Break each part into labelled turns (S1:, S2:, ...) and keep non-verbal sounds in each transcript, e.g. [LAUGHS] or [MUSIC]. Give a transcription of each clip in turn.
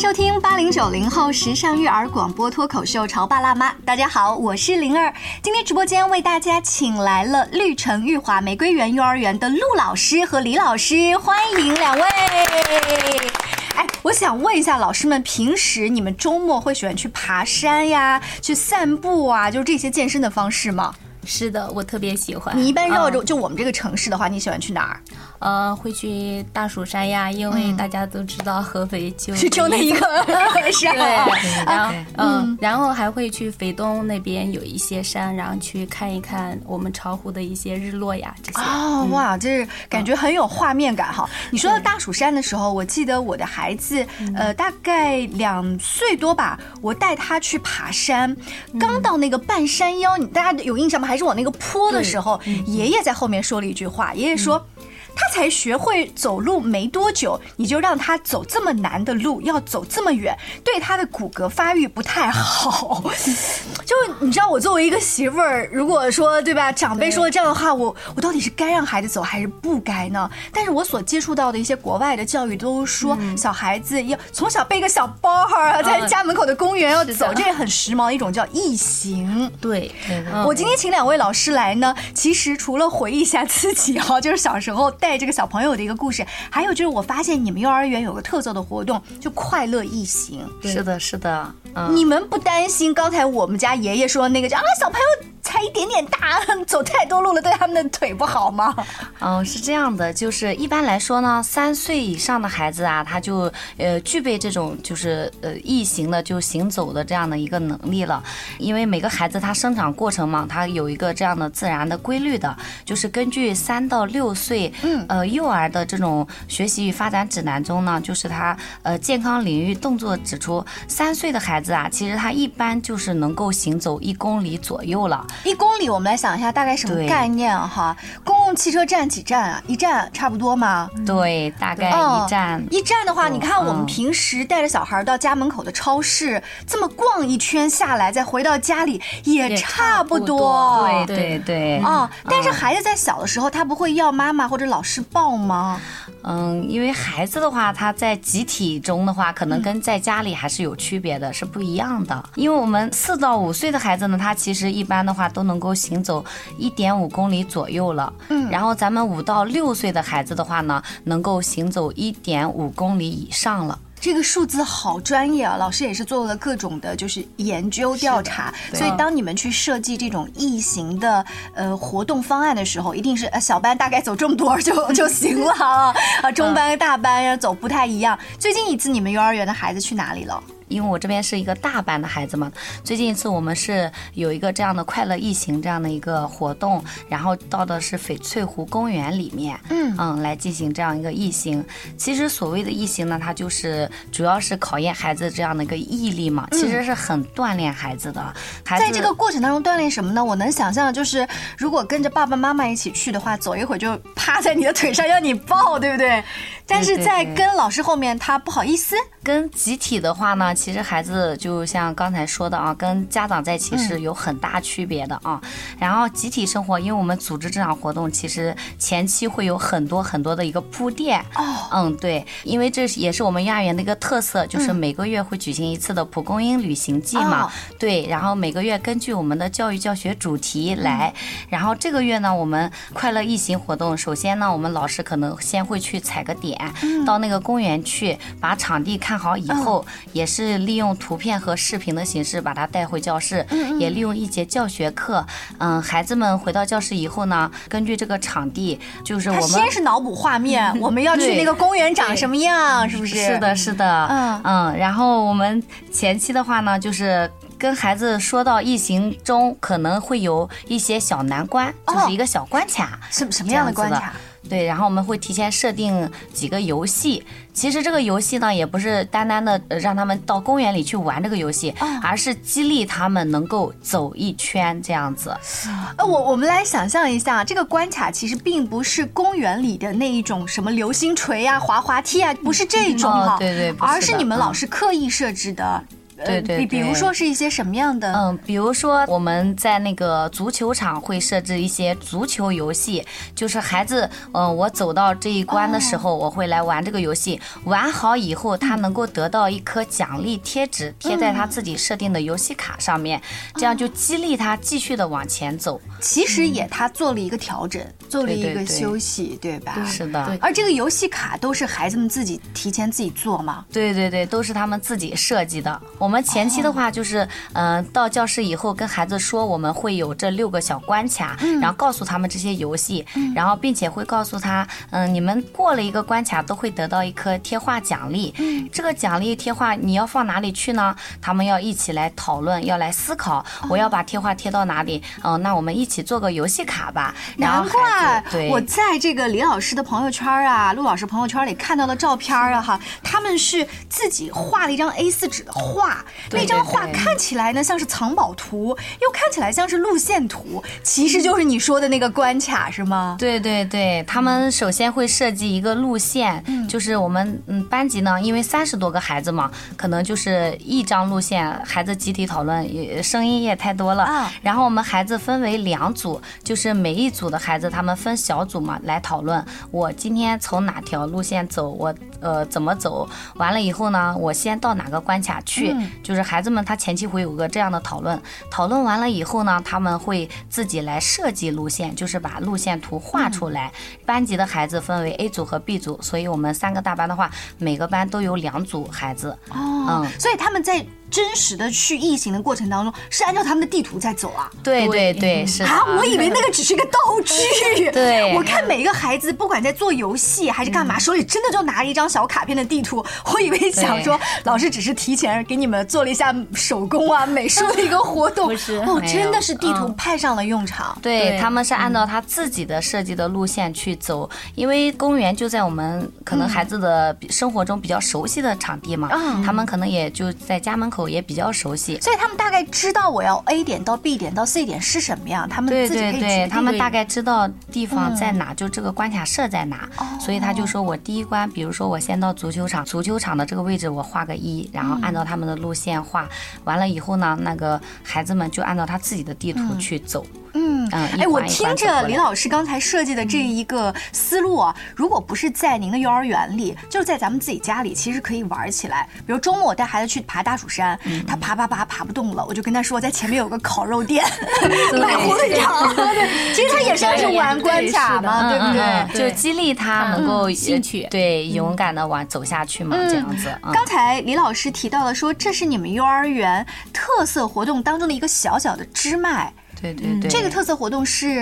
S1: 收听八零九零后时尚育儿广播脱口秀《潮爸辣妈》，大家好，我是灵儿。今天直播间为大家请来了绿城玉华玫瑰园幼儿园的陆老师和李老师，欢迎两位。哎，我想问一下老师们，平时你们周末会喜欢去爬山呀、去散步啊，就是这些健身的方式吗？
S2: 是的，我特别喜欢。
S1: 你一般绕着、
S2: 嗯
S1: 就我们这个城市的话，你喜欢去哪儿？
S2: 呃，会去大蜀山呀，因为大家都知道合肥就
S1: 就就那一个山。[LAUGHS]
S2: [LAUGHS] 对，然后
S3: 对
S2: 哦嗯，然后还会去肥东那边有一些山，然后去看一看我们巢湖的一些日落呀这些。
S1: 哦，哇，就是感觉很有画面感哈。你说到大蜀山的时候，我记得我的孩子，呃，大概两岁多吧，我带他去爬山，刚到那个半山腰，你大家有印象吗？还是往那个坡的时候，
S2: 嗯
S1: 爷爷在后面说了一句话，爷爷说。他才学会走路没多久，你就让他走这么难的路，要走这么远，对他的骨骼发育不太好。
S2: 嗯
S1: [LAUGHS] 就你知道，我作为一个媳妇儿，如果说对吧，长辈说了这样的话，我我到底是该让孩子走还是不该呢？但是我所接触到的一些国外的教育都说，
S2: 嗯
S1: 小孩子要从小背个小包儿啊，在家门口的公园要
S2: 是的
S1: 走，这也很时髦的一种叫异形。
S2: 对，嗯
S1: 我今天请两位老师来呢，其实除了回忆一下自己哈、 [LAUGHS] 就是小时候带这个小朋友的一个故事，还有就是我发现你们幼儿园有个特色的活动，就快乐异行。
S3: 是的，是的，嗯，
S1: 你们不担心刚才我们家爷爷说那个叫啊小朋友才一点点大， [LAUGHS] 走太多路了，对他们的腿不好吗？ [LAUGHS]
S3: 哦，是这样的，就是一般来说呢，三岁以上的孩子啊，他就呃具备这种就是呃异形的就行走的这样的一个能力了，因为每个孩子他生长过程嘛，他有一个这样的自然的规律的，就是根据三到六岁，嗯，呃幼儿的这种学习与发展指南中呢，就是他呃健康领域动作指出，三岁的孩子啊，其实他一般就是能够行走一公里左右了。
S1: 一公里，我们来想一下大概什么
S3: 对
S1: 概念啊哈？公共汽车站几站啊？一站差不多吗？
S3: 对，大概
S1: 哦
S3: 哎一站、
S1: 一站的话，
S3: 嗯
S1: 你看我们
S3: 嗯
S1: 平时带着小孩到家门口的超市这么逛一圈下来，再回到家里也
S2: 也
S1: 差
S2: 差
S1: 不
S2: 不多
S1: 多。
S2: 对
S3: 对对，
S1: 哦，但是孩子在小的时候，他不会要妈妈或者老师抱吗？
S3: 嗯，因为孩子的话，他在集体中的话，可能跟在家里还是有区别的，是不一样的。因为我们四到五岁的孩子呢，他其实一般的话都能够行走一点五公里左右了。嗯，然后咱们五到六岁的孩子的话呢，能够行走一点五公里以上了。
S1: 这个数字好专业啊！老师也是做了各种的，就是研究调查。
S3: 对
S1: 所以当你们去设计这种异形的呃活动方案的时候，一定是呃小班大概走这么多就就行了啊，啊中班大班呀走不太一样。最近一次你们幼儿园的孩子去哪里了？
S3: 因为我这边是一个大班的孩子嘛，最近一次我们是有一个这样的快乐异行这样的一个活动，然后到的是翡翠湖公园里面，
S1: 嗯
S3: 来进行这样一个异行。其实所谓的异行呢，它就是主要是考验孩子这样的一个毅力嘛，其实是很锻炼孩子的。孩
S1: 嗯
S3: 子
S1: 在这个过程当中锻炼什么呢？我能想象的就是，如果跟着爸爸妈妈一起去的话，走一会儿就趴在你的腿上让你抱，对不对？但是
S3: 对对
S1: 在
S3: 对
S1: 跟老师后面，他不好意思。
S3: 跟集体的话呢，其实孩子就像刚才说的啊，跟家长在一起
S1: 嗯
S3: 是有很大区别的啊。然后集体生活，因为我们组织这场活动，其实前期会有很多很多的一个铺垫。
S1: 哦，
S3: 嗯，对，因为这是也是我们幼儿园的一个特色，就是每个月会举行一次的蒲公英旅行季
S1: 嗯
S3: 嘛。
S1: 哦
S3: 对，然后每个月根据我们的教育教学主题来。
S1: 嗯
S3: 然后这个月呢，我们快乐一行活动，首先呢，我们老师可能先会去踩个点，
S1: 嗯
S3: 到那个公园去把场地看好以后，
S1: 嗯
S3: 也是利用图片和视频的形式把它带回教室，
S1: 嗯
S3: 也利用一节教学课。嗯，孩子们回到教室以后呢，根据这个场地，就是我
S1: 他
S3: 们
S1: 先是脑补画
S3: [LAUGHS]
S1: 面，我们要去
S3: 对
S1: 那个公园长什么样，是不是？
S3: 是的，是的，
S1: 嗯
S3: 然后我们前期的话呢，就是。跟孩子说到疫情中可能会有一些小难关，
S1: 哦
S3: 就是一个小关卡，
S1: 什什么样的
S3: 这
S1: 关
S3: 样子的
S1: 卡？
S3: 对，然后我们会提前设定几个游戏。其实这个游戏呢，也不是单单的让他们到公园里去玩这个游戏，
S1: 哦
S3: 而是激励他们能够走一圈这样子。
S1: 呃，我我们来想象一下，这个关卡其实并不是公园里的那一种什么流星锤啊、滑滑梯啊，不是这种
S3: 哦
S1: 哈、
S3: 对对不是的嗯
S1: 而是你们老师刻意设置的。呃
S3: 对对
S1: 比比如
S3: 对
S1: 说是一些什么样的？
S3: 嗯，比如说我们在那个足球场会设置一些足球游戏，就是孩子，嗯，我走到这一关的时候，我会来玩这个游戏，玩好以后，他能够得到一颗奖励贴纸，贴在他自己设定的游戏卡上面，这样就激励他继续的往前走。
S1: 其实也他做了一个调整，做了
S3: 对
S1: 一
S3: 嗯对
S1: 个
S3: 对
S1: 休息，对吧？
S3: 是的
S2: 对
S1: 而这个游戏卡都是孩子们自己提前自己做吗？
S3: 对对对，都是他们自己设计的。我们前期的话就是，嗯、到教室以后跟孩子说我们会有这六个小关卡，
S1: 嗯
S3: 然后告诉他们这些游戏，然后并且会告诉他，嗯、你们过了一个关卡都会得到一颗贴画奖励。
S1: 嗯
S3: 这个奖励贴画你要放哪里去呢？他们要一起来讨论，要来思考，
S1: 哦
S3: 我要把贴画贴到哪里？嗯、那我们一起做个游戏卡吧。然
S1: 难
S3: 后孩
S1: 怪
S3: 子对
S1: 我在这个李老师的朋友圈啊、陆老师朋友圈里看到的照片啊，哈，他们是自己画了一张 A4 纸的画，
S3: 对
S1: 那张画
S3: 对对
S1: 看起来呢像是藏宝图，又看起来像是路线图，其实就是你说的那个关卡是吗？
S3: 对对对，他们首先会设计一个路线，就是我们嗯班级呢，因为三十多个孩子嘛，可能就是一张路线，孩子集体讨论，也声音也太多了。
S1: 啊
S3: 然后我们孩子分为两组，就是每一组的孩子他们分小组嘛来讨论，我今天从哪条路线走，我呃怎么走，完了以后呢，我先到哪个关卡去，
S1: 嗯
S3: 就是孩子们他前期会有个这样的讨论，讨论完了以后呢，他们会自己来设计路线，就是把路线图画出来。
S1: 嗯
S3: 班级的孩子分为 A 组和 B 组，所以我们三个大班的话，每个班都有两组孩子。
S1: 哦，
S3: 嗯
S1: 所以他们在真实的去异行的过程当中，是按照他们的地图在走啊。
S3: 对
S2: 对
S3: 对对，是的。 [LAUGHS]
S1: 啊，我以为那个只是一个道具。
S3: 对啊嗯
S1: 我看每一个孩子，不管在做游戏还是干嘛，手里真的就拿了一张小卡片的地图。我以为想说老师只是提前给你们做了一下手工啊、美术的一个活
S3: [LAUGHS]
S1: 动，
S2: 不是
S1: 哦，
S3: 没有嗯
S1: 真的是地图派上了用场。
S3: 对嗯
S2: 对
S3: 他们是按照他自己的设计的路线去走，因为公园就在我们可能孩子的比生活中比较熟悉的场地嘛，
S1: 嗯
S3: 他们可能也就在家门口也比较熟悉。
S1: 所以他们大概知道我要 A 点到 B 点到 C 点是什么样，他们
S3: 对
S1: 自己可
S3: 对
S1: 以决
S3: 对，
S1: 定。
S3: 他们大概知道地方在哪，就这个关卡设在哪，所以他就说我第一关，比如说我先到足球场，足球场的这个位置我画个一，然后按照他们的路线画，完了以后呢，那个孩子们就按照他自己的地图去走。
S1: 嗯，
S3: 嗯一
S1: 哎，我
S3: 关一
S1: 听
S3: 关走
S1: 着
S3: 过
S1: 李
S3: 来
S1: 老师刚才设计的这一个思路啊，如果不是在您的幼儿园里，就是在咱们自己家里，其实可以玩起来。比如周末我带孩子去爬大蜀山，他爬爬爬爬不动了，我就跟他说，在前面有个烤肉店，买火腿肠。对，其实他也算是玩关卡嘛，对
S2: 对
S1: 不对？
S3: 嗯嗯嗯
S2: 对
S3: 就激励他能够
S2: 嗯兴趣
S3: 对，勇敢的往走下去嘛，这样子。嗯
S1: 刚才李老师提到了说，这是你们幼儿园特色活动当中的一个小小的支脉。
S3: 对对对，
S1: 这个特色活动是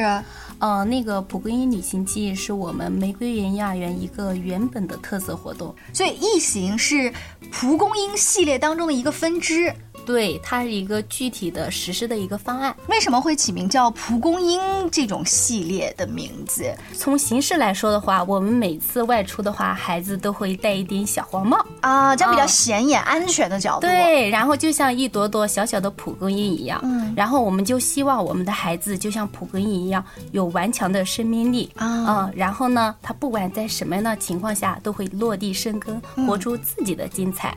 S2: 呃，那个《蒲公英旅行记》是我们玫瑰园幼儿园一个原本的特色活动，
S1: 所以异形是蒲公英系列当中的一个分支。
S2: 对，它是一个具体的实施的一个方案。
S1: 为什么会起名叫蒲公英这种系列的名字？
S2: 从形式来说的话，我们每次外出的话，孩子都会戴一顶小黄帽，
S1: 啊，这样比较显眼、安全的角度。，
S2: 对，然后就像一朵朵小小的蒲公英一样，嗯，然后我们就希望我们的孩子就像蒲公英一样有顽强的生命力
S1: 啊
S2: 嗯然后呢，他不管在什么样的情况下都会落地生根，活出自己的精彩。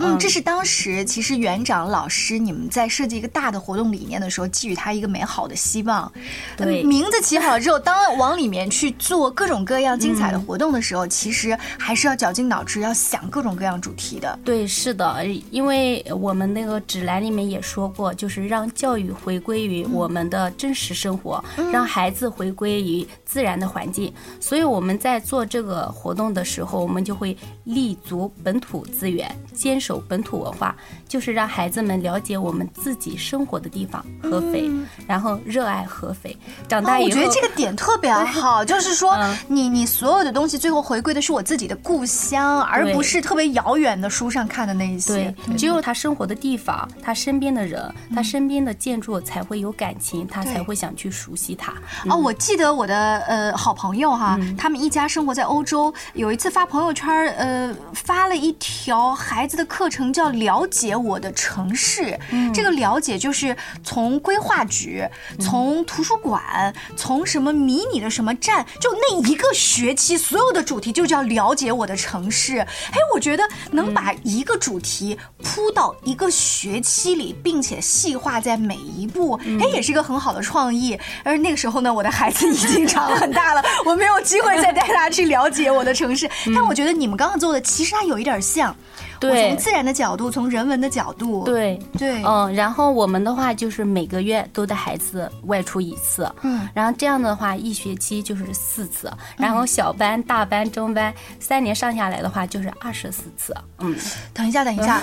S1: 嗯，这是当时其实园长老师你们在设计一个大的活动理念的时候，寄予他一个美好的希望。
S2: 对
S1: 嗯名字起好了之后，当往里面去做各种各
S2: 嗯
S1: 样精彩的活动的时候，其实还是要绞尽脑汁，要想各种各样主题的。
S2: 对，是的，呃因为我们那个指南里面也说过，就是让教育回归于
S1: 嗯
S2: 我们的真实生活，让孩子回归于自然的环境。所以我们在做这个活动的时候，我们就会立足本土资源，坚守本土文化，就是让孩子们了解我们自己生活的地方合肥，然后热爱合肥。长
S1: 啊，
S2: 大以
S1: 嗯
S2: 后，
S1: 我觉得这个点特别好，就是说
S2: 嗯
S1: 你你所有的东西最后回归的是我自己的故乡，而
S2: 对
S1: 不是特别遥远的书上看的那一些
S2: 对。，只有他生活的地方，他身边的人，他身边的建筑才会有感情，他
S1: 嗯对
S2: 才会想去熟悉它。
S1: 哦，我记得我的呃好朋友哈，他们一家生活在欧洲，有一次发朋友圈儿，呃，发了一条孩子的课程叫“了解我的城市”。这个了解就是从规划局、从图书馆、从什么迷你的什么站，就那一个学期所有的主题就叫“了解我的城市”。哎，我觉得得
S2: 嗯
S1: 能把一个主题铺到一个学期里，并且细化在每一步，
S2: 嗯
S1: 哎，也是一个很好的创意。而那个时候呢，我的孩子已经长很大了，我没有机会再带他去了解我的城市。
S2: 嗯
S1: 但我觉得你们刚刚做的其实它有一点像，我
S2: 对
S1: 从自然的角度，从人文的角度，
S2: 对。
S1: 对，
S2: 嗯，然后我们的话就是每个月都带孩子外出一次，
S1: 嗯，
S2: 然后这样的话一学期就是四次，然后小班、大班、中班三年上下来的话就是二十四次，嗯，
S1: 等一下，等一
S2: [LAUGHS]
S1: 下，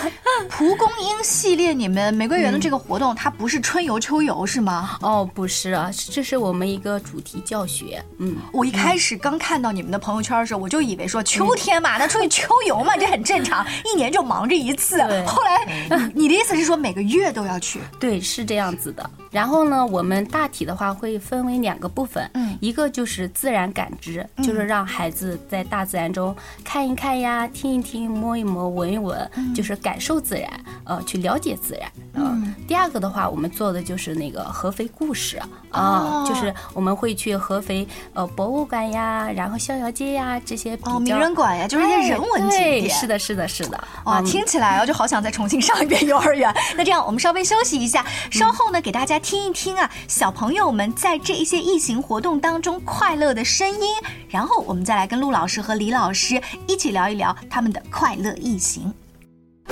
S1: 蒲公英系列，你们玫瑰园的这个活动，它不是春游秋游是吗？
S2: 哦，不是啊，是这是我们一个主题教学，嗯，嗯
S1: 我一开始刚看到你们的朋友圈的时候，我就以为说秋天嘛，那出去秋游
S2: [LAUGHS]
S1: 嘛，这很正常，一年就忙这一次。
S2: 对嗯
S1: 后来你的意思是说每个月都要去？
S2: 对，是这样子的。然后呢，我们大体的话会分为两个部分，
S1: 嗯
S2: 一个就是自然感知，就是让孩子在大自然中看一看呀、听一听、摸一摸、闻一闻，
S1: 嗯
S2: 就是感受自然，呃，去了解自然。嗯，第二个的话，我们做的就是那个合肥故事啊、
S1: 哦
S2: 就是我们会去合肥呃博物馆呀，然后逍遥街呀这些比较
S1: 哦，名人馆呀，就是一些人文景
S2: 哎对
S1: 点。哦
S2: 是的，是的，是的。
S1: 哇，
S2: 嗯
S1: 听起来我就好想再重新上一遍幼儿
S2: [LAUGHS]
S1: 园。那这样，我们稍微休息一下，
S2: 嗯
S1: 稍后呢，给大家听一听啊，小朋友们在这一些疫情活动当中快乐的声音，然后我们再来跟陆老师和李老师一起聊一聊他们的快乐疫情。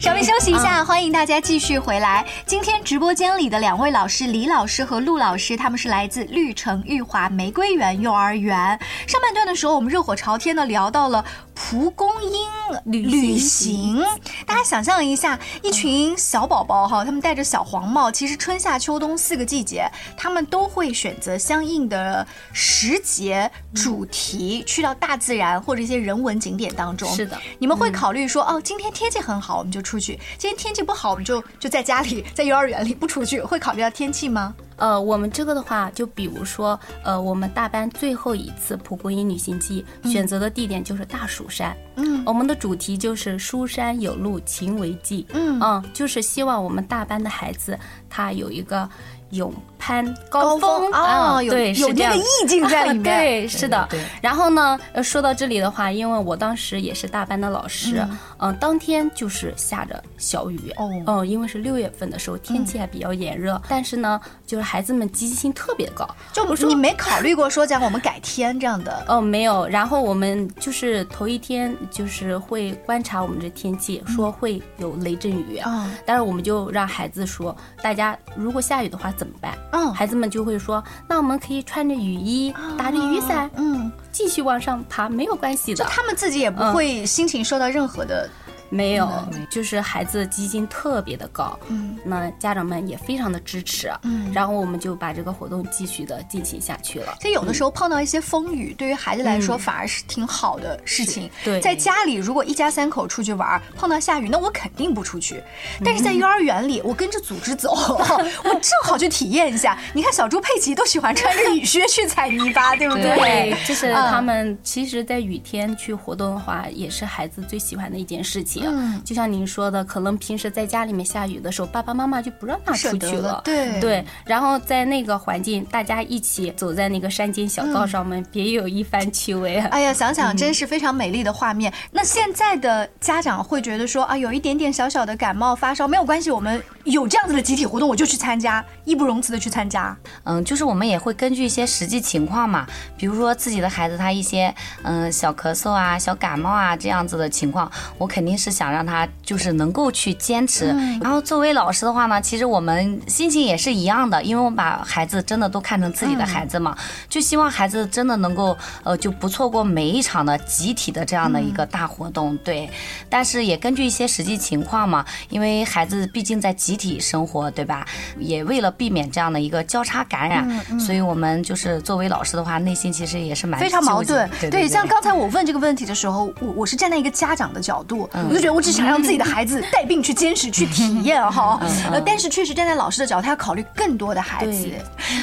S1: 稍微休息一
S2: 啊
S1: 下，欢迎大家继续回来。今天直播间里的两位老师李老师和陆老师，他们是来自绿城玉华玫瑰园幼儿园。上半段的时候，我们热火朝天的聊到了蒲公英
S2: 旅
S1: 旅
S2: 行
S1: 行。大家想象一下，一群小宝宝哈，他们戴着小黄帽，其实春夏秋冬四个季节，他们都会选择相应的时节主题，去到大自然或者一些人文景点当中。
S2: 是的。
S1: 你们会考虑说，哦，今天天气很好，我们就出去；今天天气不好，我们就就在家里， [LAUGHS] 在幼儿园里不出去。会考虑到天气吗？
S2: 呃，我们这个的话，就比如说，呃，我们大班最后一次蒲公英旅行季、选择的地点就是大蜀山，
S1: 嗯
S2: 我们的主题就是“书山有路勤为径”，
S1: 嗯
S2: 就是希望我们大班的孩子他有一个勇攀
S1: 高
S2: 高
S1: 峰
S2: 峰
S1: 啊
S2: 嗯
S1: 有
S2: 对，
S1: 有那
S2: 是这
S1: 个
S2: 样
S1: 意境在里面
S2: [LAUGHS] 对，是的
S3: 对对。
S2: 然后呢，呃说到这里的话，因为我当时也是大班的老师，嗯、当天就是下着小雨，
S1: 哦
S2: 嗯，因为是六月份的时候，天气还比较炎热，但是呢，就是孩子们积极性特别高，
S1: 就你没考虑过说，讲我们改天这样的。
S2: 哦，没有。然后我们就是头一天就是会观察我们这天气，说会有雷阵雨。啊
S1: 嗯
S2: 但是我们就让孩子说，大家如果下雨的话怎么办？
S1: 嗯
S2: 孩子们就会说，那我们可以穿着雨衣，打着雨伞，
S1: 嗯，
S2: 继续往上爬，没有关系
S1: 就
S2: 的。
S1: 他们自己也
S2: 嗯
S1: 不会心情受到任何的。
S2: 没有，
S1: 嗯
S2: 就是孩子积极性特别的高。嗯，那家长们也非常的支持。啊
S1: 嗯
S2: 然后我们就把这个活动继续的进行下去了。
S1: 所以有的时候碰到一些风雨，对于孩子来说反而是挺好的事情。
S2: 嗯对
S1: 在家里如果一家三口出去玩，碰到下雨，那我肯定不出去。
S2: 嗯
S1: 但是在幼儿园里，我跟着组织走， [LAUGHS] 我正好去体验一下。你看小猪佩奇都喜欢穿着雨靴去踩泥
S2: [LAUGHS]
S1: 巴，对不对？
S2: 对，这是
S1: 嗯
S2: 他们其实，在雨天去活动的话，也是孩子最喜欢的一件事情。啊
S1: 嗯
S2: 就像您说的，可能平时在家里面下雨的时候，爸爸妈妈就不让他
S1: 舍
S2: 出
S1: 得
S2: 去
S1: 了对
S2: 对，然后在那个环境，大家一起走在那个山间小
S1: 嗯
S2: 道上面，别有一番趣味。啊
S1: 哎呀，想想
S2: 嗯
S1: 真是非常美丽的画面。那现在的家长会觉得说啊，有一点点小小的感冒发烧没有关系，我们有这样子的集体活动，我就去参加，义不容辞的去参加。
S3: 嗯，就是我们也会根据一些实际情况嘛，比如说自己的孩子他一些嗯小咳嗽啊、小感冒啊这样子的情况，我肯定是想让他就是能够去坚持。然后作为老师的话呢，其实我们心情也是一样的，因为我们把孩子真的都看成自己的孩子嘛，就希望孩子真的能够呃就不错过每一场的集体的这样的一个大活动，对。但是也根据一些实际情况嘛，因为孩子毕竟在集体生活，对吧？也为了避免这样的一个交叉感染，
S1: 嗯
S3: 所以我们就是作为老师的话，内心其实也是蛮
S1: 非常矛
S3: 纠结
S1: 盾
S3: 的。对
S1: 对，像刚才我问这个问题的时候，我我是站在一个家长的角度，我就觉得我只想让自己的孩子带病去坚持去体验哈。呃，但是确实站在老师的角度，他要考虑更多的孩子
S2: 对。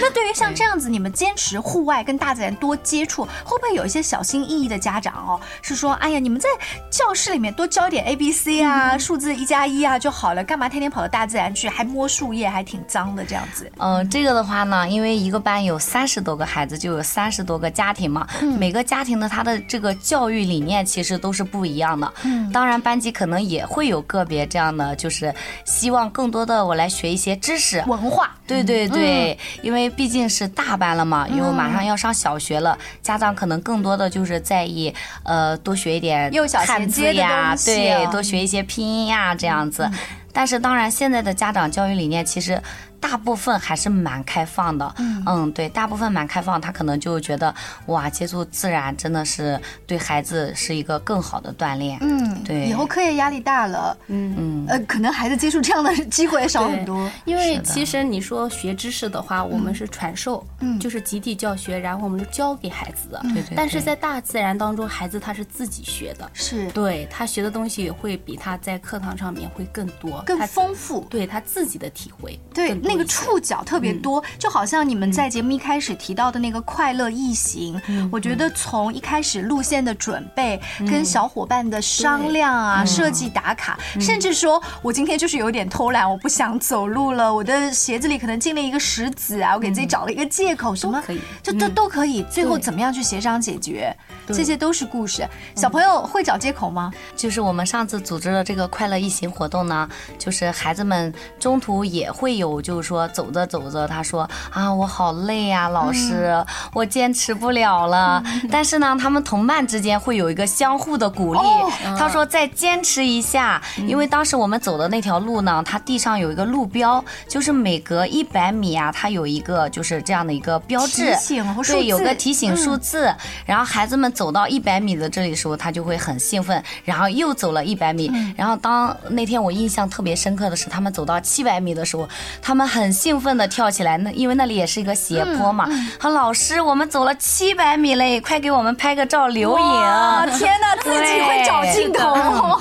S1: 那对于像这样子，你们坚持户外跟大自然多接触，会不会有一些小心翼翼的家长哦，是说，哎呀，你们在教室里面多教点 A B C 啊，数字一加一啊就好了，干嘛天天跑到大自然去，还摸树叶，还挺脏的这样子。
S3: 嗯、这个的话呢，因为一个班有三十多个孩子，就有三十多个家庭嘛。每个家庭的他的这个教育理念其实都是不一样的。嗯，当然班级可能也会有个别这样的，就是希望更多的我来学一些知识。
S1: 文化，
S3: 对对
S1: 嗯
S3: 对，因为毕竟是大班了嘛，因为马上要上小学了，家长可能更多的就是在意，呃，多学一点
S1: 幼小衔接
S3: 汉字
S1: 的
S3: 呀
S1: 东，西
S3: 对
S1: 啊，嗯
S3: 多学一些拼音呀这样子。但是当然，现在的家长教育理念其实大部分还是蛮开放的，嗯对，大部分蛮开放，他可能就觉得哇，接触自然真的是对孩子是一个更好的锻炼，
S1: 嗯，
S3: 对
S1: 以后课业压力大了，嗯，呃，可能孩子接触这样的机会也少很多。
S2: 因为其实你说学知识的话，我们是传授，
S1: 嗯
S2: 就是集体教学，然后我们是教给孩子的。
S3: 对对
S2: 但是
S3: 对
S2: 在大自然当中，孩子他是自己学的，
S1: 是
S2: 对他学的东西会比他在课堂上面会更多，
S1: 更
S2: 他
S1: 丰富，
S2: 对他自己的体会。
S1: 对
S2: 更多
S1: 那个
S2: 一些嗯
S1: 触角特别多，就好像你们在节目一开始提到的那个快乐异行，
S2: 嗯
S1: 我觉得从一开始路线的准备、跟小伙伴的商量啊、
S2: 嗯
S1: 设计打卡，甚至说我今天就是有点偷懒，我不想走路了，我的鞋子里可能进了一个石子啊，我给自己找了一个借口，什么
S2: 嗯可以
S1: 就都
S2: 嗯
S1: 都可以，最后
S2: 对
S1: 怎么样去协商解决，
S2: 对嗯
S1: 这些都是故事。小朋友会找借口吗？
S3: 就是我们上次组织的这个快乐一行活动呢，就是孩子们中途也会有，就是说走着走着，他说啊，我好累呀、老师，
S1: 嗯
S3: 我坚持不了了。但是呢，他们同伴之间会有一个相互的鼓励，
S1: 哦
S3: 他说再坚持一下，
S1: 嗯
S3: 因为当时我们走的那条路呢，它地上有一个路标，就是每隔一百米啊，它有一个就是这样的一个标志，
S1: 提醒和数
S3: 对，有
S1: 字
S3: 个提醒
S1: 嗯
S3: 数字，然后孩子们走到一百米的这里的时候，他就会很兴奋，然后又走了一百米，
S1: 嗯
S3: 然后当那天我印象特别深刻的是，他们走到七百米的时候，他们很兴奋的跳起来，那因为那里也是一个斜
S1: 嗯
S3: 坡嘛，他、老师，我们走了七百米嘞，快给我们拍个照留
S1: 哇
S3: 影。
S1: 天哪，自己会找镜 [LAUGHS] 头。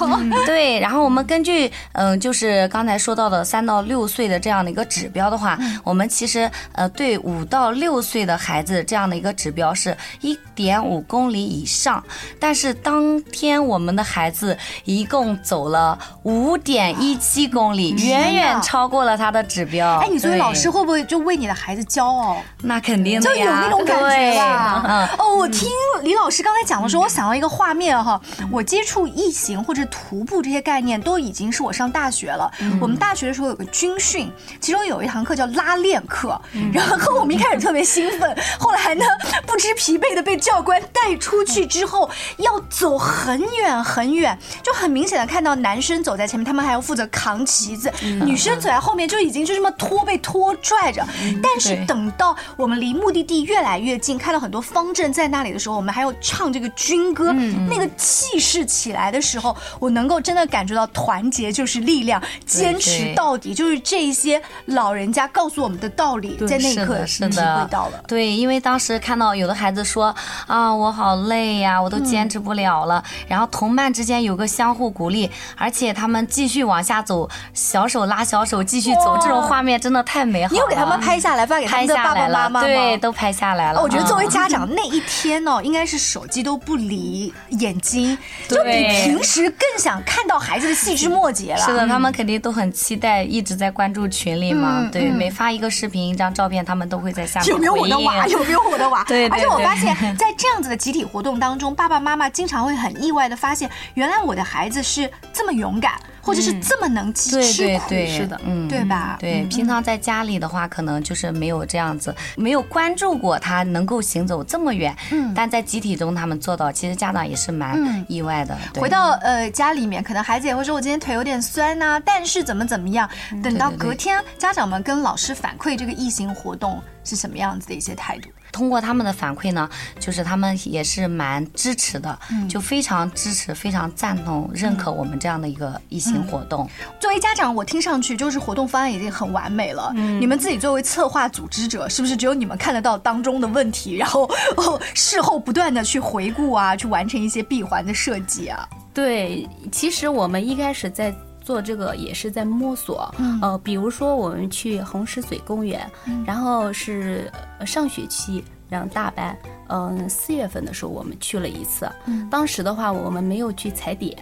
S2: 嗯
S3: 对，然后我们根据嗯、就是刚才说到的三到六岁的这样的一个指标的话，
S1: 嗯
S3: 我们其实呃对五到六岁的孩子这样的一个指标是一点五公里以上，但是当天我们的孩子一共走了五点一七公里，远远超过了他的指标。
S1: 哎，你作为老
S3: 对
S1: 师，会不会就为你的孩子骄傲？
S3: 那肯定
S1: 就
S3: 的
S1: 有那
S3: 呀，
S1: 种感觉
S3: 对，嗯
S1: 吧。哦，我听李老师刚才讲的时候，我想到一个画面哈，我接触异形或者徒步这些概念，都已经是我上大学了。
S3: 嗯
S1: 我们大学的时候有个军训，其中有一堂课叫拉练课，
S3: 嗯
S1: [LAUGHS] 然后我们一开始特别兴奋，后来呢，不知疲惫的被教官带出去之后，要走很远很远，就很明显的看到男生走在前面，他们还要负责扛旗子，
S3: 嗯
S1: 女生走在后面就已经就这么拖被拖拽着，但是
S3: 嗯对
S1: 等。等到我们离目的地越来越近，看到很多方阵在那里的时候，我们还要唱这个军歌，
S3: 嗯
S1: 那个气势起来的时候，我能够真的感觉到团结就是力量，坚持到底就是这一些老人家告诉我们的道理，在那一刻
S3: 是
S1: 体
S3: 的，是的
S1: 会到了。
S3: 对，因为当时看到有的孩子说啊，我好累呀、我都坚持不了了。
S1: 嗯
S3: 然后同伴之间有个相互鼓励，而且他们继续往下走，小手拉小手继续走，这种画面真的太美好了。
S1: 你有给他们拍下来发给他
S3: 拍
S1: 们的
S3: 下
S1: 爸爸
S3: 来了，
S1: 妈妈吗？
S3: 对，都拍下来了。
S1: 啊我觉得作为
S3: 嗯
S1: 家长，那一天呢、应该是手机都不离眼睛，就比
S3: 对
S1: 平时更想看到孩子的细枝末节了。
S3: 是的，他们肯定都很期待，一直在关注群里嘛。
S1: 嗯
S3: 对，
S1: 嗯
S3: 每发一个视频、一张照片，他们都会在下 [LAUGHS] 面
S1: 有没有我的娃？[LAUGHS]
S3: 回应啊
S1: 有没有我的娃？
S3: [LAUGHS] 对对
S1: 而且我
S3: 对
S1: 发现，在这样子的集体活动当中，爸爸妈妈经常会很意外的发现，原来我的孩子是这么勇敢，或者是这么能吃
S3: 对
S1: 吃
S3: 对
S1: 苦，
S3: 对，
S2: 是的
S3: 嗯，
S1: 对吧？
S3: 对，平常在家里的话，可能就是没有这样子，没有关注过他能够行走这么远。嗯，但在集体中他们做到，其实家长也是蛮意外的。对
S1: 嗯回到呃家里面，可能孩子也会说：“我今天腿有点酸呐、但是怎么怎么样。”等到
S3: 嗯对对对
S1: 隔天，家长们跟老师反馈这个异行活动是什么样子的一些态度？
S3: 通过他们的反馈呢，就是他们也是蛮支持的，
S1: 嗯
S3: 就非常支持、非常赞同、认可我们这样的一个一
S1: 嗯
S3: 行活动。
S1: 作为家长，我听上去就是活动方案已经很完美了。
S2: 嗯
S1: 你们自己作为策划组织者，是不是只有你们看得到当中的问题，然后、 [LAUGHS] 哦、事后不断的去回顾啊，去完成一些闭环的设计啊？
S2: 对，其实我们一开始在做这个也是在摸索，呃，比如说我们去红石嘴公园，然后是呃上学期，然后大班，嗯、四月份的时候我们去了一次，当时的话我们没有去踩点。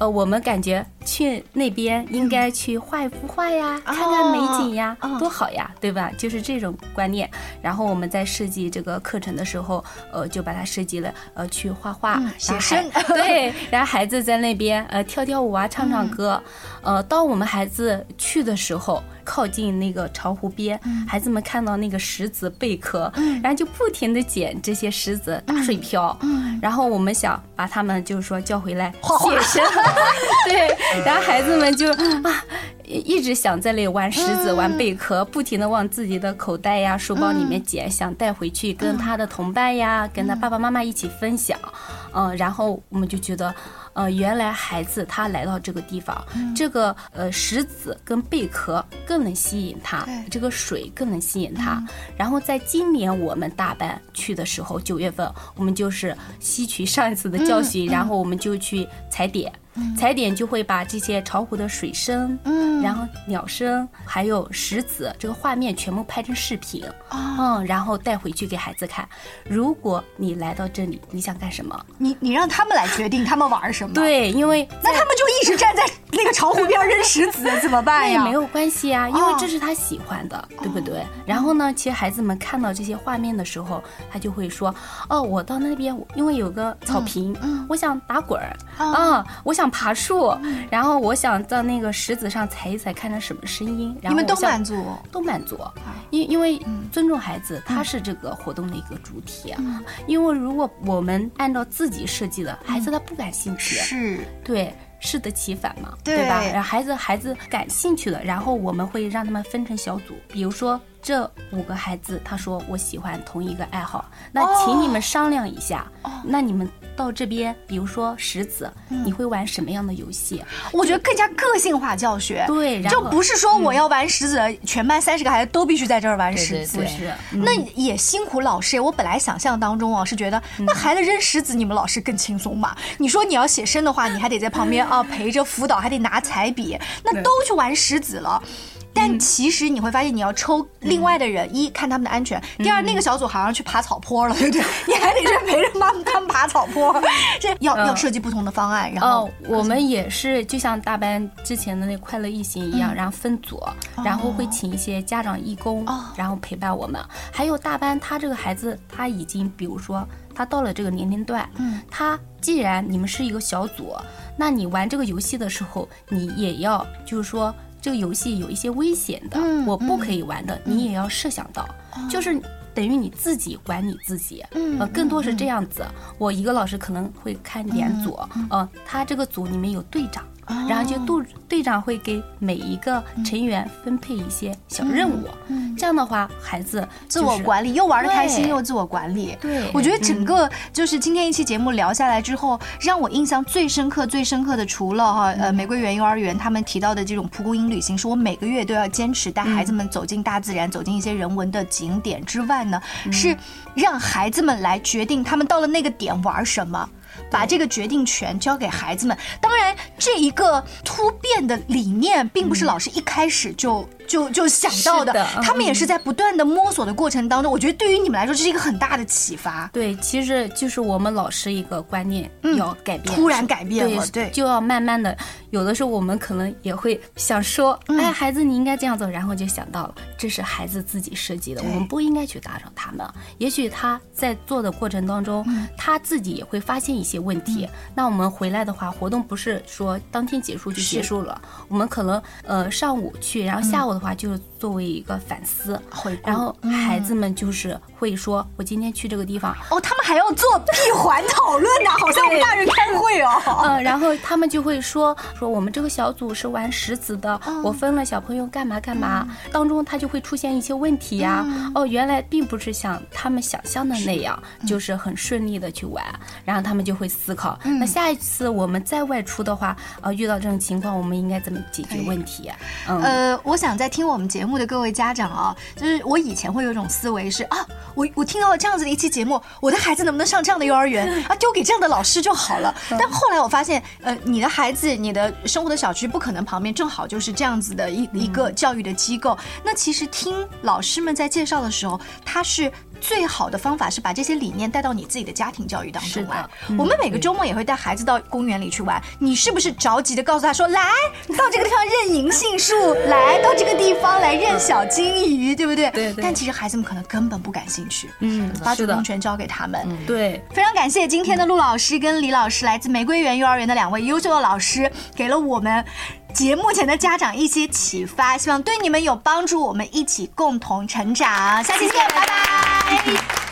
S2: 呃，我们感觉去那边应该去画一幅画呀，看看美景呀，多好呀，对吧？就是这种观念。然后我们在设计这个课程的时候，呃，就把它设计了，呃，去画画、然
S1: 嗯
S2: 后
S1: 写
S2: 还
S1: 生
S2: [LAUGHS] 对，然后孩子在那边呃跳跳舞啊，唱唱歌。
S1: 嗯
S2: 呃，当我们孩子去的时候，靠近那个巢湖边，
S1: 嗯
S2: 孩子们看到那个石子贝壳，然后就不停的捡这些石子，
S1: 嗯
S2: 打水漂。然后我们想把他们就是说叫回来写生， [LAUGHS] 对，然后孩子们就啊。一直想在那里玩石子、玩贝壳，不停的往自己的口袋呀、书包里面捡，想带回去跟他的同伴呀、跟他爸爸妈妈一起分享。嗯、然后我们就觉得，呃，原来孩子他来到这个地方，这个呃石子跟贝壳更能吸引他
S1: 对，
S2: 这个水更能吸引他。然后在今年我们大班去的时候，九月份我们就是吸取上一次的教训，然后我们就去踩点。踩点就会把这些巢湖的水声，嗯，然后鸟声，还有石子这个画面全部拍成视频，嗯，然后带回去给孩子看。如果你来到这里，你想干什么？
S1: 你你让他们来决定他们玩什么。，
S2: 对，因为
S1: 那他们就一直站在那个巢湖边扔石子，怎么
S2: 那
S1: 办
S2: 也
S1: 呀？
S2: 没有关系啊，因
S1: 哦嗯
S2: 为这是他喜欢的，对不对？然后呢，其实孩子们看到这些画面的时候，他就会说：“哦，我到那边，因为有个草坪，
S1: 嗯
S2: 我想打滚儿
S1: 哦
S2: 啊，我想爬树，
S1: 嗯
S2: 然后我想在那个石子上踩一踩，看看什么声音。”然
S1: 你
S2: 后
S1: 们都
S2: 我想
S1: 满足。嗯
S2: 都满足，因因为尊重孩子，他是这个活动的一个主体。啊因为如果我们按照自己设计的，孩子他不感兴趣，
S1: 是，
S2: 对，适得其反嘛，
S1: 对
S2: 吧？然后孩子孩子感兴趣的，然后我们会让他们分成小组，比如说这五个孩子，他说我喜欢同一个爱好，那请你们商量一下，那你们到这边，比如说石子，你会玩什么样的游戏？
S1: 我觉得更加个性化教学。
S2: 对然
S1: 就
S2: 后嗯
S1: 不是说我要玩石子，全班三十个孩子都必须在这儿玩石子。
S3: 对对对
S2: 是。
S1: 那也辛苦老师。我本来想象当中哦，是觉得
S2: 嗯
S1: 那孩子扔石子，你们老师更轻松嘛？你说你要写生的话，你还得在旁边
S2: 嗯
S1: 啊陪着辅导，还得拿彩笔，那都去玩石子了。但
S2: 嗯
S1: 其实你会发现，你要抽另外的人，一看他们的安全，
S2: 嗯
S1: 第二那个小组好像去爬草坡了，对不对？ [LAUGHS] 你还得去陪着妈妈他们爬草坡，这要要设计不同的方案，然后
S2: 嗯哦，我们也是就像大班之前的那快乐一行一样，然后分组，然后会请一些家长义工，然后陪伴我们。还有大班，他这个孩子他已经，比如说他到了这个年龄段，嗯，他既然你们是一个小组，那你玩这个游戏的时候，你也要就是说。这个游戏有一些危险的，
S1: 嗯
S2: 我不可以玩的，你也要设想到，就是等于你自己管你自己，
S1: 嗯
S2: 呃，更多是这样子。我一个老师可能会看两组，
S1: 嗯
S2: 呃，他这个组里面有队长，
S1: 哦
S2: 然后就队队长会给每一个成员分配一些小任务，这样的话孩子
S1: 嗯自我管
S2: 理。
S1: 理，又玩的开心，
S2: 对
S1: 又自我管理。
S2: 对嗯
S1: 我觉得整个就是今天一期节目聊下来之后，让我印象最深刻、最深刻的，除了哈
S2: 嗯
S1: 呃玫瑰园幼儿园他们提到的这种蒲公英旅行，是我每个月都要坚持带
S2: 嗯
S1: 孩子们走进大自然、走进一些人文的景点之外呢，
S2: 嗯
S1: 是让孩子们来决定他们到了那个点玩什么。把这个决定权交给孩子们。当然，这一个突变的理念，并不是老师一开始就、就就想到的，
S2: 嗯是的嗯
S1: 他们也是在不断的摸索的过程当中。我觉得对于你们来说，这是一个很大的启发。
S2: 对，其实就是我们老师一个观念要改
S1: 嗯
S2: 变，
S1: 突然改变了对
S2: 对，就要慢慢的。有的时候我们可能也会想说，
S1: 嗯
S2: 哎，孩子你应该这样做，然后就想到了这是孩子自己设计的，我们不应该去打扰他们。也许他在做的过程当中，
S1: 嗯
S2: 他自己也会发现一些问题。那我们回来的话，活动不是说当天结束就结束了，我们可能呃上午去，然后下午的话，就是作为一个反思。
S1: 嗯回顾嗯
S2: 然后孩子们就是会说，我今天去这个地方，
S1: 哦，他们还要做闭环讨论呢、好像我们大人开会哦。
S2: [LAUGHS]
S1: [LAUGHS]
S2: 嗯，然后他们就会说说我们这个小组是玩石子的，我分了小朋友干嘛干嘛，当中他就会出现一些问题呀、哦，原来并不是像他们想象的那样，就是很顺利的去玩，然后他们就会思考，那下一次我们再外出的话，呃，遇到这种情况，我们应该怎么解决问题、嗯，
S1: 呃，我想在听我们节目的各位家长啊，就是我以前会有一种思维是啊，我我听到了这样子的一期节目，我的孩子能不能上这样的幼儿园啊，丢给这样的老师就好了。但后来我发现，呃，你的孩子，你的生活的小区不可能旁边正好就是这样子的一一个教育的机构。那其实听老师们在介绍的时候，他是。最好的方法是把这些理念带到你自己的家庭教育当
S2: 是
S1: 中
S2: 的
S1: 来。
S2: 嗯
S1: 我们每个周末也会带孩子到公园里去玩。你是不是着急的告诉他说：“来到这个地方认银杏
S2: [LAUGHS]
S1: 树，来到这个地方来认小金鱼，对不对？”
S2: 对对
S1: 但其实孩子们可能根本不感兴趣，
S2: 嗯
S1: 把主
S2: 是的嗯
S1: 动权交给他们。
S2: 对，
S1: 非常感谢今天的陆老师跟李老师，来自玫瑰园幼儿园的两位优秀的老师，给了我们节目前的家长一些启发，希望对你们有帮助，我们一起共同成长。下期见，拜拜。